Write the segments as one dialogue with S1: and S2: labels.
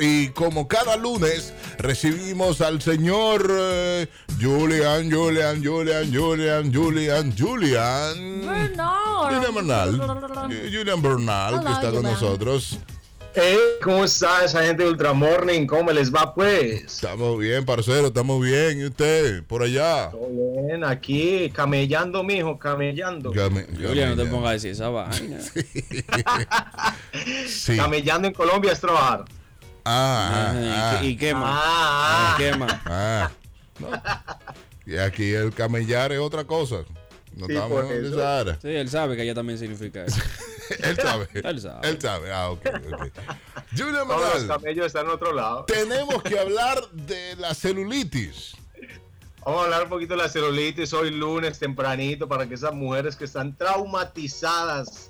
S1: y como cada lunes recibimos al señor eh, Julian, Julian, Julian, Julian, Julian, Julian. Julian Bernal. Ju- Julian Bernal, que
S2: Hola,
S1: está con
S2: Julian.
S1: nosotros.
S3: Hey, ¿cómo está esa gente de Ultramorning? ¿Cómo les va pues?
S1: Estamos bien, parcero, estamos bien. ¿Y usted? Por allá.
S3: Todo bien, aquí camellando, mijo, camellando.
S1: Ya me- ya
S4: Julia, no
S1: me-
S4: te pongas a decir esa vaina.
S1: Sí.
S3: Camellando en Colombia es trabajar.
S1: Ah, ah,
S4: Ajá, Y, y quema.
S3: Ah,
S4: Quema.
S1: ah. No. Y aquí el camellar es otra cosa. No
S3: Sí,
S1: estamos
S3: por
S1: en
S3: eso.
S1: esa área.
S4: Sí, él sabe que ella también significa eso.
S1: Él sabe.
S4: Él sabe.
S1: Él sabe. Ah, ok, ok. Julian
S3: no, los
S1: Bernal,
S3: camellos están en otro lado.
S1: tenemos que hablar de la celulitis.
S3: Vamos a hablar un poquito de la celulitis hoy lunes tempranito para que esas mujeres que están traumatizadas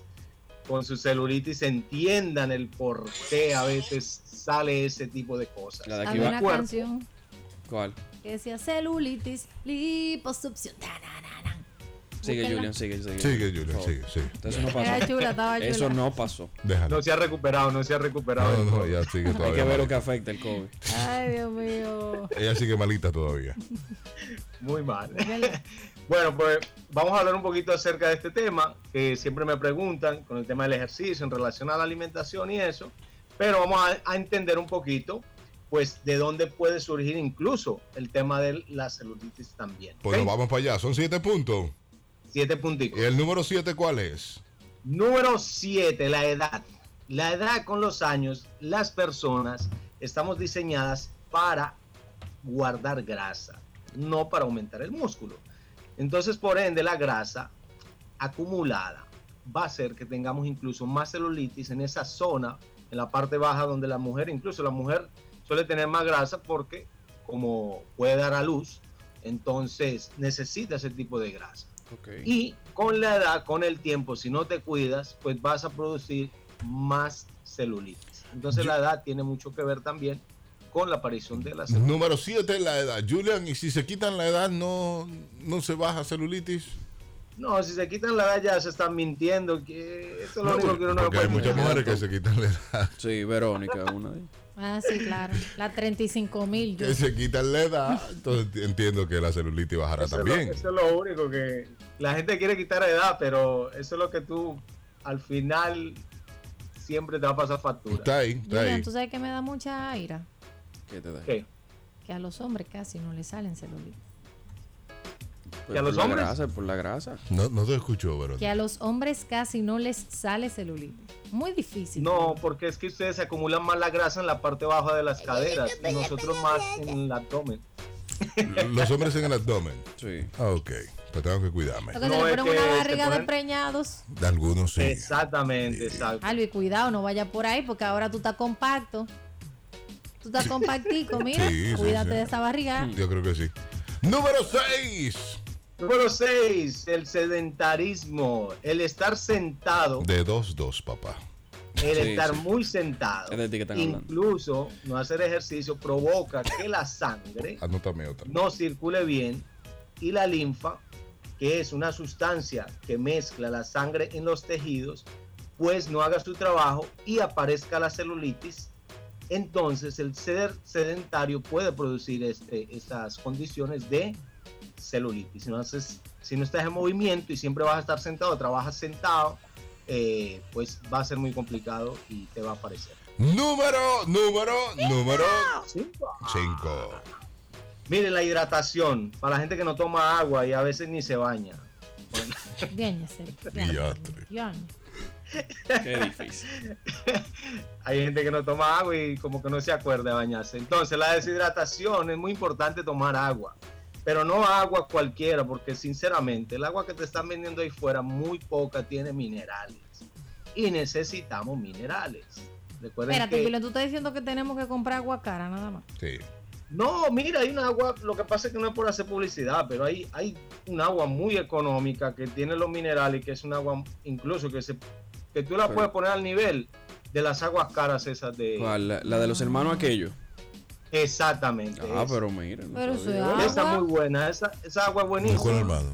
S3: con su celulitis entiendan el por qué a veces sale ese tipo de cosas.
S4: La de aquí
S2: Había
S4: va.
S2: una
S3: Cuerpo.
S2: canción
S4: ¿Cuál?
S2: que decía celulitis, liposucción. ta, na, na, na.
S4: Sigue,
S2: Búscala.
S4: Julian, sigue, sigue.
S1: Sigue,
S4: Por
S1: Julian,
S4: favor.
S1: sigue, sigue.
S4: Eso no
S2: Era
S4: pasó.
S2: chula, estaba chula.
S4: Eso no pasó.
S1: Déjalo.
S3: No se ha recuperado, no se ha recuperado.
S1: No, no, ella sigue todavía.
S4: Hay que ver lo que
S1: malita.
S4: afecta el COVID.
S2: Ay, Dios mío.
S1: Ella sigue malita todavía.
S3: Muy mal.
S2: Búscala.
S3: Bueno, pues vamos a hablar un poquito acerca de este tema, que siempre me preguntan con el tema del ejercicio en relación a la alimentación y eso, pero vamos a, a entender un poquito, pues, de dónde puede surgir incluso el tema de la celulitis también.
S1: Pues Eh,
S3: ¿ok?
S1: nos vamos para allá. Son siete puntos.
S3: Siete
S1: ¿Y
S3: punticos.
S1: el número siete cuál es?
S3: Número siete, la edad. La edad con los años, las personas estamos diseñadas para guardar grasa, no para aumentar el músculo. Entonces, por ende, la grasa acumulada va a hacer que tengamos incluso más celulitis en esa zona, en la parte baja donde la mujer, incluso la mujer suele tener más grasa porque como puede dar a luz, entonces necesita ese tipo de grasa.
S4: Ok.
S3: Y con la edad, con el tiempo, si no te cuidas, pues vas a producir más celulitis. Entonces
S1: Yo-
S3: la edad tiene mucho que ver también con la aparición de la celulitis.
S1: Número 7, la edad. Julian, ¿y si se quitan la edad no, no se baja celulitis?
S3: No, si se quitan la edad ya se están mintiendo. Que eso es lo único que uno no
S1: pues, porque hay
S3: puede
S1: muchas
S3: tener.
S1: mujeres que se quitan la edad.
S4: Sí, Verónica, una de
S2: Ah, sí, claro. La 35 mil.
S1: Que se quitan la edad. Entonces entiendo que la celulitis bajará
S3: Eso es lo-
S1: también.
S3: eso es lo único que la gente quiere quitar edad, pero eso es lo que tú al final siempre te va a pasar factura.
S1: Está ahí, está ahí.
S2: Julian, tú sabes que me da mucha ira
S4: ¿Qué te da?
S3: ¿Qué?
S2: que a los hombres casi no le salen celulitis.
S4: Pues
S3: ¿Y a los
S4: por la
S3: hombres?
S4: grasa, por la grasa.
S1: No, no te escucho, pero
S2: Que a los hombres casi no les sale celulitis. Muy difícil.
S3: No, porque es que ustedes acumulan más la grasa en la parte baja de las caderas y nosotros más en el abdomen.
S1: Los hombres en el abdomen.
S4: Sí.
S1: Ah, ok. Pues tengo que cuidarme.
S2: Lo que
S3: No,
S2: se le
S3: es
S2: ponen
S3: que
S2: una
S3: se
S2: barriga de
S3: ponen-
S2: preñados.
S1: De algunos sí.
S3: Exactamente, exacto.
S2: Albi, cuidado, no vaya por ahí porque ahora tú estás compacto. Tú estás compactico, mira.
S1: Sí, sí,
S2: Cuídate
S1: sí.
S2: de esa barriga.
S1: Yo creo que sí. Número 6.
S3: Número 6, el sedentarismo, el estar sentado,
S1: De 2-2, papá.
S3: el
S4: Sí,
S3: estar
S4: sí.
S3: muy sentado,
S4: Es de ti que están hablando.
S3: incluso no hacer ejercicio provoca que la sangre
S1: Anótame otra.
S3: no circule bien y la linfa, que es una sustancia que mezcla la sangre en los tejidos, pues no haga su trabajo y aparezca la celulitis. Entonces el ser sedentario puede producir este, estas condiciones de celulitis. Si no, haces- si no estás en movimiento y siempre vas a estar sentado, trabajas sentado, eh, pues va a ser muy complicado y te va a aparecer.
S1: Número, número, número
S3: Cinco.
S1: 5.
S3: Miren la hidratación, para la gente que no toma agua y a veces ni se baña.
S2: Diáñese.
S1: Diatre.
S4: Qué difícil.
S3: Hay gente que no toma agua y como que no se acuerda de bañarse. Entonces la deshidratación es muy importante tomar agua, pero no agua cualquiera, porque sinceramente el agua que te están vendiendo ahí fuera muy poca tiene minerales. Y necesitamos minerales. Recuerden
S2: Espérate,
S3: que-
S2: Pilo, tú estás diciendo que tenemos que comprar agua cara nada más.
S1: Sí.
S3: No, mira, hay una agua, lo que pasa es que no es por hacer publicidad, pero hay, hay un agua muy económica que tiene los minerales, que es un agua incluso que se que tú la
S4: Pero-
S3: puedes poner al nivel de las aguas caras esas de...
S4: ¿Cuál? La, la de los hermanos aquellos.
S3: Exactamente.
S4: Ah,
S3: esa.
S4: pero mira. no
S2: Pero
S4: sabía.
S2: eso es
S3: Esa es muy buena, esa, esa agua es
S1: ¿De cuál,
S3: buenísima.
S1: hermano?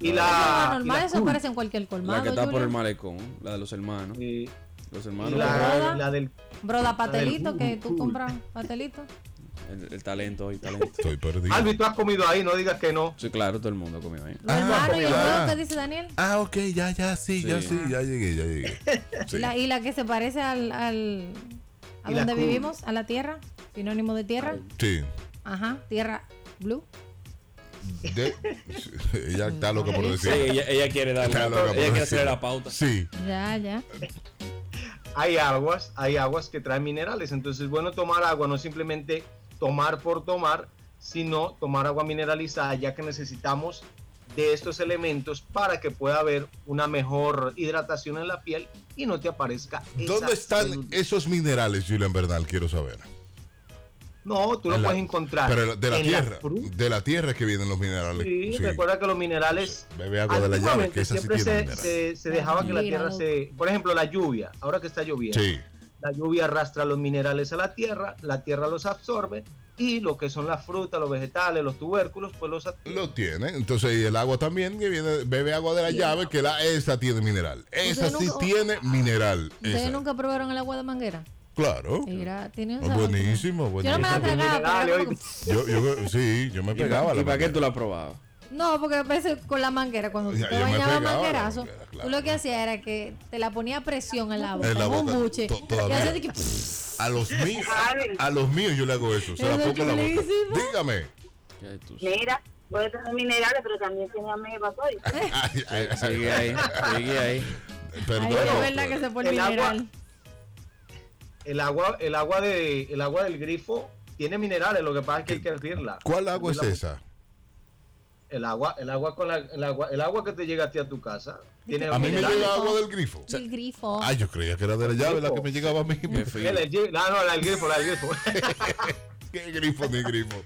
S3: Y, y
S4: Ah,
S2: Agua
S3: la... y
S2: normal,
S3: la
S2: eso
S3: cool.
S2: aparece en cualquier colmado.
S4: La que está por
S2: Julian.
S4: el malecón. La de los hermanos.
S3: Sí,
S4: Los
S3: Y
S4: hermanos.
S3: la,
S2: Broda.
S3: la del
S2: Broda patelito
S3: del
S2: que tú
S3: Google.
S2: compras, patelito.
S4: Corral, El, el talento y talento.
S1: Estoy perdido.
S3: Albi, tú has comido ahí, no digas que no.
S4: Sí, claro, todo el mundo comió ahí.
S2: Los
S1: Ah,
S2: hermanos y el
S1: comida.
S2: huevo que dice Daniel.
S1: Ah, ok, ya, ya, sí, ya,
S4: Sí.
S1: sí, ya llegué, ya llegué. Sí.
S2: Y, la, y la que se parece al, al a
S3: Y la
S2: donde
S3: cruz.
S2: vivimos, a la tierra, sinónimo de tierra.
S1: Sí.
S2: Ajá, tierra blue.
S1: De- ella está loca por
S4: Sí,
S1: decir.
S4: ella, ella quiere darle.
S1: Está loca
S4: Ella
S1: por
S4: quiere
S1: decir.
S4: hacer la pauta.
S1: Sí.
S2: Ya, ya.
S3: Hay aguas, hay aguas que traen minerales, entonces es bueno tomar agua, no simplemente tomar por tomar, sino tomar agua mineralizada, ya que necesitamos de estos elementos para que pueda haber una mejor hidratación en la piel y no te aparezca. esa
S1: ¿Dónde están
S3: celulitis.
S1: esos minerales, Julian Bernal? Quiero saber.
S3: No, tú lo
S1: en la-
S3: puedes encontrar.
S1: Pero de la
S3: Ah, en
S1: tierra.
S3: fruta.
S1: de la tierra es que vienen los minerales.
S3: Sí,
S1: Sí.
S3: recuerda que los
S2: Pues,
S3: minerales
S1: Bebe agua de la llave, que
S3: Antiguamente
S1: esa sí
S3: siempre
S1: tiene
S3: se,
S1: minerales.
S3: se- se dejaba que la
S2: Mira,
S3: tierra
S2: loco.
S3: se... Por ejemplo, la lluvia. Ahora que está lloviendo,
S1: Sí.
S3: la lluvia arrastra los minerales a la tierra, la tierra los absorbe y lo que son las frutas, los vegetales, los tubérculos, pues los absorbe.
S1: Lo tiene. Entonces, y el agua también, que viene, bebe agua de la llave, que la, esa tiene mineral. Esa sí
S2: nunca-
S1: tiene mineral.
S2: ¿Ustedes
S1: esa.
S2: nunca probaron el agua de manguera?
S1: Claro.
S2: Mira, tiene un
S1: Ah,
S2: sabor.
S1: buenísimo,
S2: Yo no me la
S1: buenísimo.
S2: tragaba, pero era como que-
S1: Yo, yo, sí, yo me
S4: ¿Y,
S1: pegaba. la
S4: para qué
S1: manguera.
S4: tú la probabas?
S2: No, porque a veces con la manguera, cuando tú
S1: Ya,
S2: te
S1: yo me
S2: bañabas
S1: pegaba la
S2: manguerazo,
S1: manguera,
S2: tú
S1: claro.
S2: lo que hacías era que te la ponía a presión en la boca,
S1: En la
S2: como un
S1: boca,
S2: buche.
S1: to-
S2: Y
S1: todavía.
S2: hacías de que, pff,
S1: A los míos, a los míos yo le hago eso. Se la
S2: Eso es
S1: pongo en la boca.
S2: chulísimo.
S1: Dígame.
S4: Ya tú-
S5: Mira, puede tener minerales, pero también tiene ameba, ¿oye?
S1: Ay, ay, ay,
S4: Sigue ahí, sigue ahí.
S2: ay,
S1: perdón.
S2: es verdad que se pone
S3: el agua-
S2: mineral.
S3: El agua, el agua, de, el agua del grifo tiene minerales, lo que pasa es que hay que hervirla.
S1: ¿Cuál agua es esa?
S3: El agua, el agua con la, el agua, el agua que te llega a ti a tu casa tiene
S1: A mí me
S3: minerales.
S1: llega agua del grifo.
S2: El grifo.
S1: Ay, yo creía que era de la llave la que me llegaba a mí.
S4: Qué frío.
S3: El- el- no, no, la del grifo, la del grifo.
S1: ¿Qué grifo ni grifo?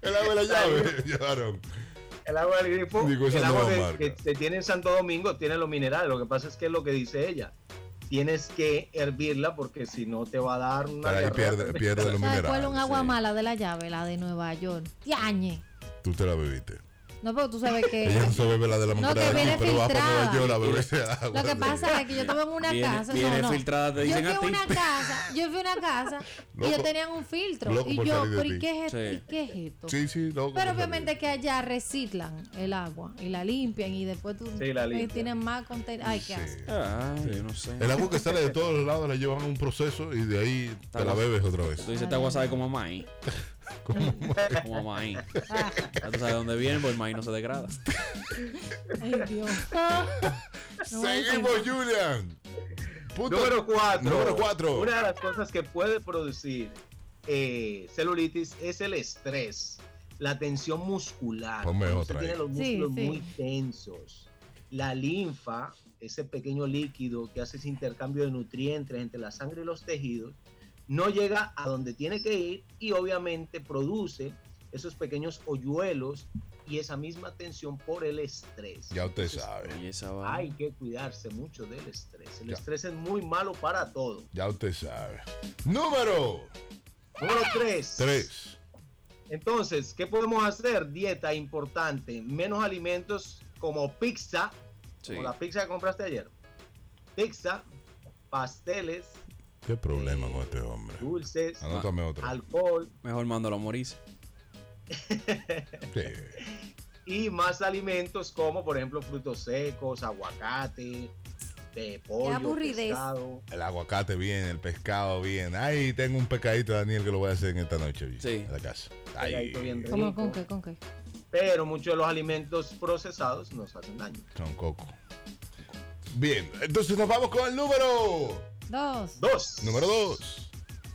S1: El agua de la llave llevaron.
S3: El agua del grifo,
S1: Digo, esa
S3: el agua
S1: nueva
S3: que-
S1: marca.
S3: que, se tiene en Santo Domingo tiene los minerales. Lo que pasa es que es lo que dice ella. Tienes que hervirla porque si no te va a dar una.
S1: Para ahí
S3: diarrea
S1: pierde,
S3: tremenda.
S1: pierde los
S2: ¿Sabes cuál es un
S1: minerales.
S2: agua
S4: sí.
S2: mala de la llave? La de Nueva York. ¡Tiañe!
S1: Tú te la bebiste.
S2: No, pero tú sabes que...
S1: Ella Eh, no se bebe la de la
S2: No,
S1: manguera
S2: que
S1: de aquí,
S2: viene
S1: pero va para Nueva
S2: filtrada.
S1: York a beber ese agua.
S2: Lo que
S1: de-
S2: pasa es que yo estaba en una
S4: Viene-
S2: casa.
S4: viene
S2: no, no.
S4: filtrada, te
S2: yo
S4: dicen
S2: fui
S4: a ti.
S2: una casa, yo fui a una casa y
S1: Loco-
S2: yo tenían un filtro.
S1: loco
S2: Y
S1: por
S2: yo,
S1: salir de
S2: pero ¿y
S1: ti.
S2: qué es,
S4: Sí.
S2: y qué es esto?
S1: Sí, sí, loco.
S2: Pero obviamente que allá reciclan el agua y la limpian y después tú
S3: Sí, la
S2: eh,
S3: limpian.
S2: tienen más contenido. Ay, qué
S1: Sí.
S2: asco.
S4: Ah, yo no sé.
S1: El agua que sale de todos lados la llevan a un proceso y de ahí te la bebes otra vez.
S4: Tú dices, esta agua sabe como a maíz. Como a maíz.
S2: Ah,
S4: Ya tú sabes de dónde viene, porque el maíz no se degrada.
S2: ay, Dios. No,
S1: Seguimos, Julian. Punto-
S3: Número 4.
S1: Número cuatro.
S3: Una de las cosas que puede producir eh, celulitis es el estrés, la tensión muscular.
S1: Ponme
S3: Cuando
S1: otra
S3: usted tiene
S1: ahí.
S3: los
S2: Sí,
S3: músculos
S2: sí.
S3: muy tensos. La linfa, ese pequeño líquido que hace ese intercambio de nutrientes entre la sangre y los tejidos, no llega a donde tiene que ir y obviamente produce esos pequeños hoyuelos y esa misma tensión por el estrés.
S1: Ya usted
S3: Entonces,
S1: sabe.
S4: Y esa va.
S3: hay que cuidarse mucho del estrés. El
S1: Ya.
S3: estrés es muy malo para todo.
S1: Ya usted sabe. Número
S3: Número 3.
S1: 3.
S3: Entonces, ¿qué podemos hacer? Dieta importante. Menos alimentos como pizza,
S4: Sí.
S3: como la pizza que compraste ayer. Pizza, pasteles,
S1: ¿Qué problema con este hombre?
S3: dulces,
S1: Anótame otro.
S3: Ah, alcohol
S4: Mejor mándalo a Maurice.
S1: Sí.
S3: y más alimentos como, por ejemplo, frutos secos, aguacate, de pollo,
S2: aburridez.
S3: pescado.
S1: El aguacate bien, el pescado bien. Ay, tengo un pecadito, Daniel, que lo voy a hacer en esta noche.
S4: Sí.
S1: En la casa. Ay,
S3: Pecadito bien rico.
S2: ¿Cómo, con qué, con qué?
S3: Pero muchos de los alimentos procesados nos hacen daño.
S1: son coco. Bien, entonces nos vamos con el número.
S2: Dos.
S3: Dos.
S1: Número 2.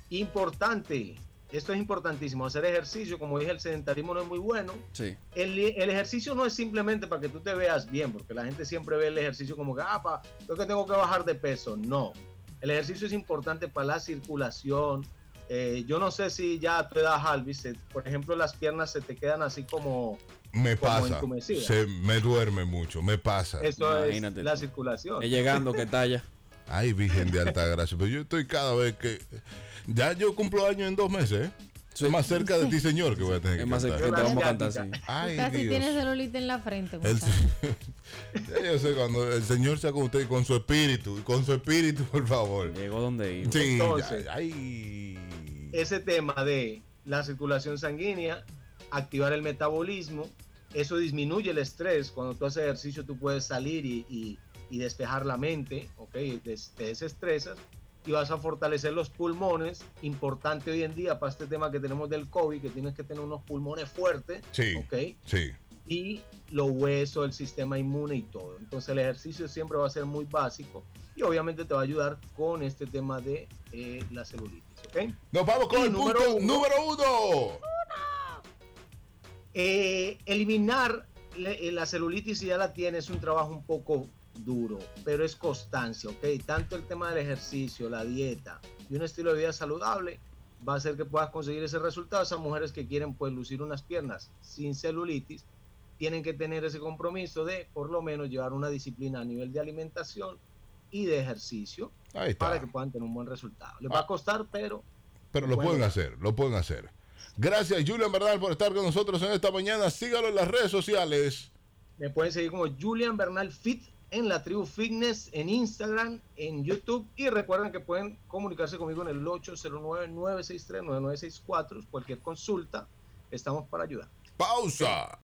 S3: Importante. Esto es importantísimo. Hacer ejercicio, como dije, el sedentarismo no es muy bueno.
S4: Sí.
S3: El, el ejercicio no es simplemente para que tú te veas bien, porque la gente siempre ve el ejercicio como que, ah, pa, yo que tengo que bajar de peso. No. El ejercicio es importante para la circulación. Eh, yo no sé si ya a tu edad, Alvis, se- por ejemplo, las piernas se te quedan así como
S1: Me
S3: Como
S1: pasa.
S3: entumecida.
S1: Se, me duerme mucho, me pasa.
S3: eso es
S4: Imagínate
S3: la
S4: tú.
S3: circulación.
S4: Es llegando, que talla.
S1: Ay, Virgen de Alta Gracia. Pero yo estoy cada vez que. Ya yo cumplo años en dos meses, ¿eh? Es más cerca de ti, señor, que voy a tener que
S4: Es más, que te
S1: cantar.
S3: Gracias,
S4: vamos a cantar así.
S3: Tita.
S1: Ay,
S2: Casi
S1: Dios.
S2: tienes celulita en la frente.
S1: El,
S2: Gonzalo.
S1: Ya yo sé, cuando el Señor sea con usted y con su espíritu, y con su espíritu, por favor.
S4: Llegó donde iba.
S1: Sí,
S3: Entonces,
S1: ya, ay.
S3: ese tema de la circulación sanguínea, activar el metabolismo, eso disminuye el estrés. Cuando tú haces ejercicio, tú puedes salir y, y- y despejar la mente, ¿ok? Des- te desestresas y vas a fortalecer los pulmones. Importante hoy en día para este tema que tenemos del COVID, que tienes que tener unos pulmones fuertes,
S1: Sí.
S3: ¿ok?
S1: Sí,
S3: y los huesos, el sistema inmune y todo. Entonces el ejercicio siempre va a ser muy básico y obviamente te va a ayudar con este tema de eh, la celulitis. ¿ok?
S1: nos vamos con
S3: Y
S1: el
S3: número
S1: punto
S3: uno.
S1: número uno.
S3: Eh, eliminar le- eh, la celulitis si ya la tienes es un trabajo un poco duro, pero es constancia, ¿ok? Tanto el tema del ejercicio, la dieta y un estilo de vida saludable va a hacer que puedas conseguir ese resultado. Esas mujeres que quieren pues lucir unas piernas sin celulitis tienen que tener ese compromiso de por lo menos llevar una disciplina a nivel de alimentación y de ejercicio
S1: Ahí
S3: para
S1: está.
S3: que puedan tener un buen resultado. Les va a costar, pero
S1: Pero lo
S3: Bueno.
S1: pueden hacer, lo pueden hacer. Gracias, Julian Bernal, por estar con nosotros en esta mañana. Sígalo en las redes sociales.
S3: Me pueden seguir como Julian Bernal Fit en la tribu Fitness, en Instagram, en YouTube. Y recuerden que pueden comunicarse conmigo en el 809-963-9964. Cualquier consulta, estamos para ayudar.
S1: Pausa.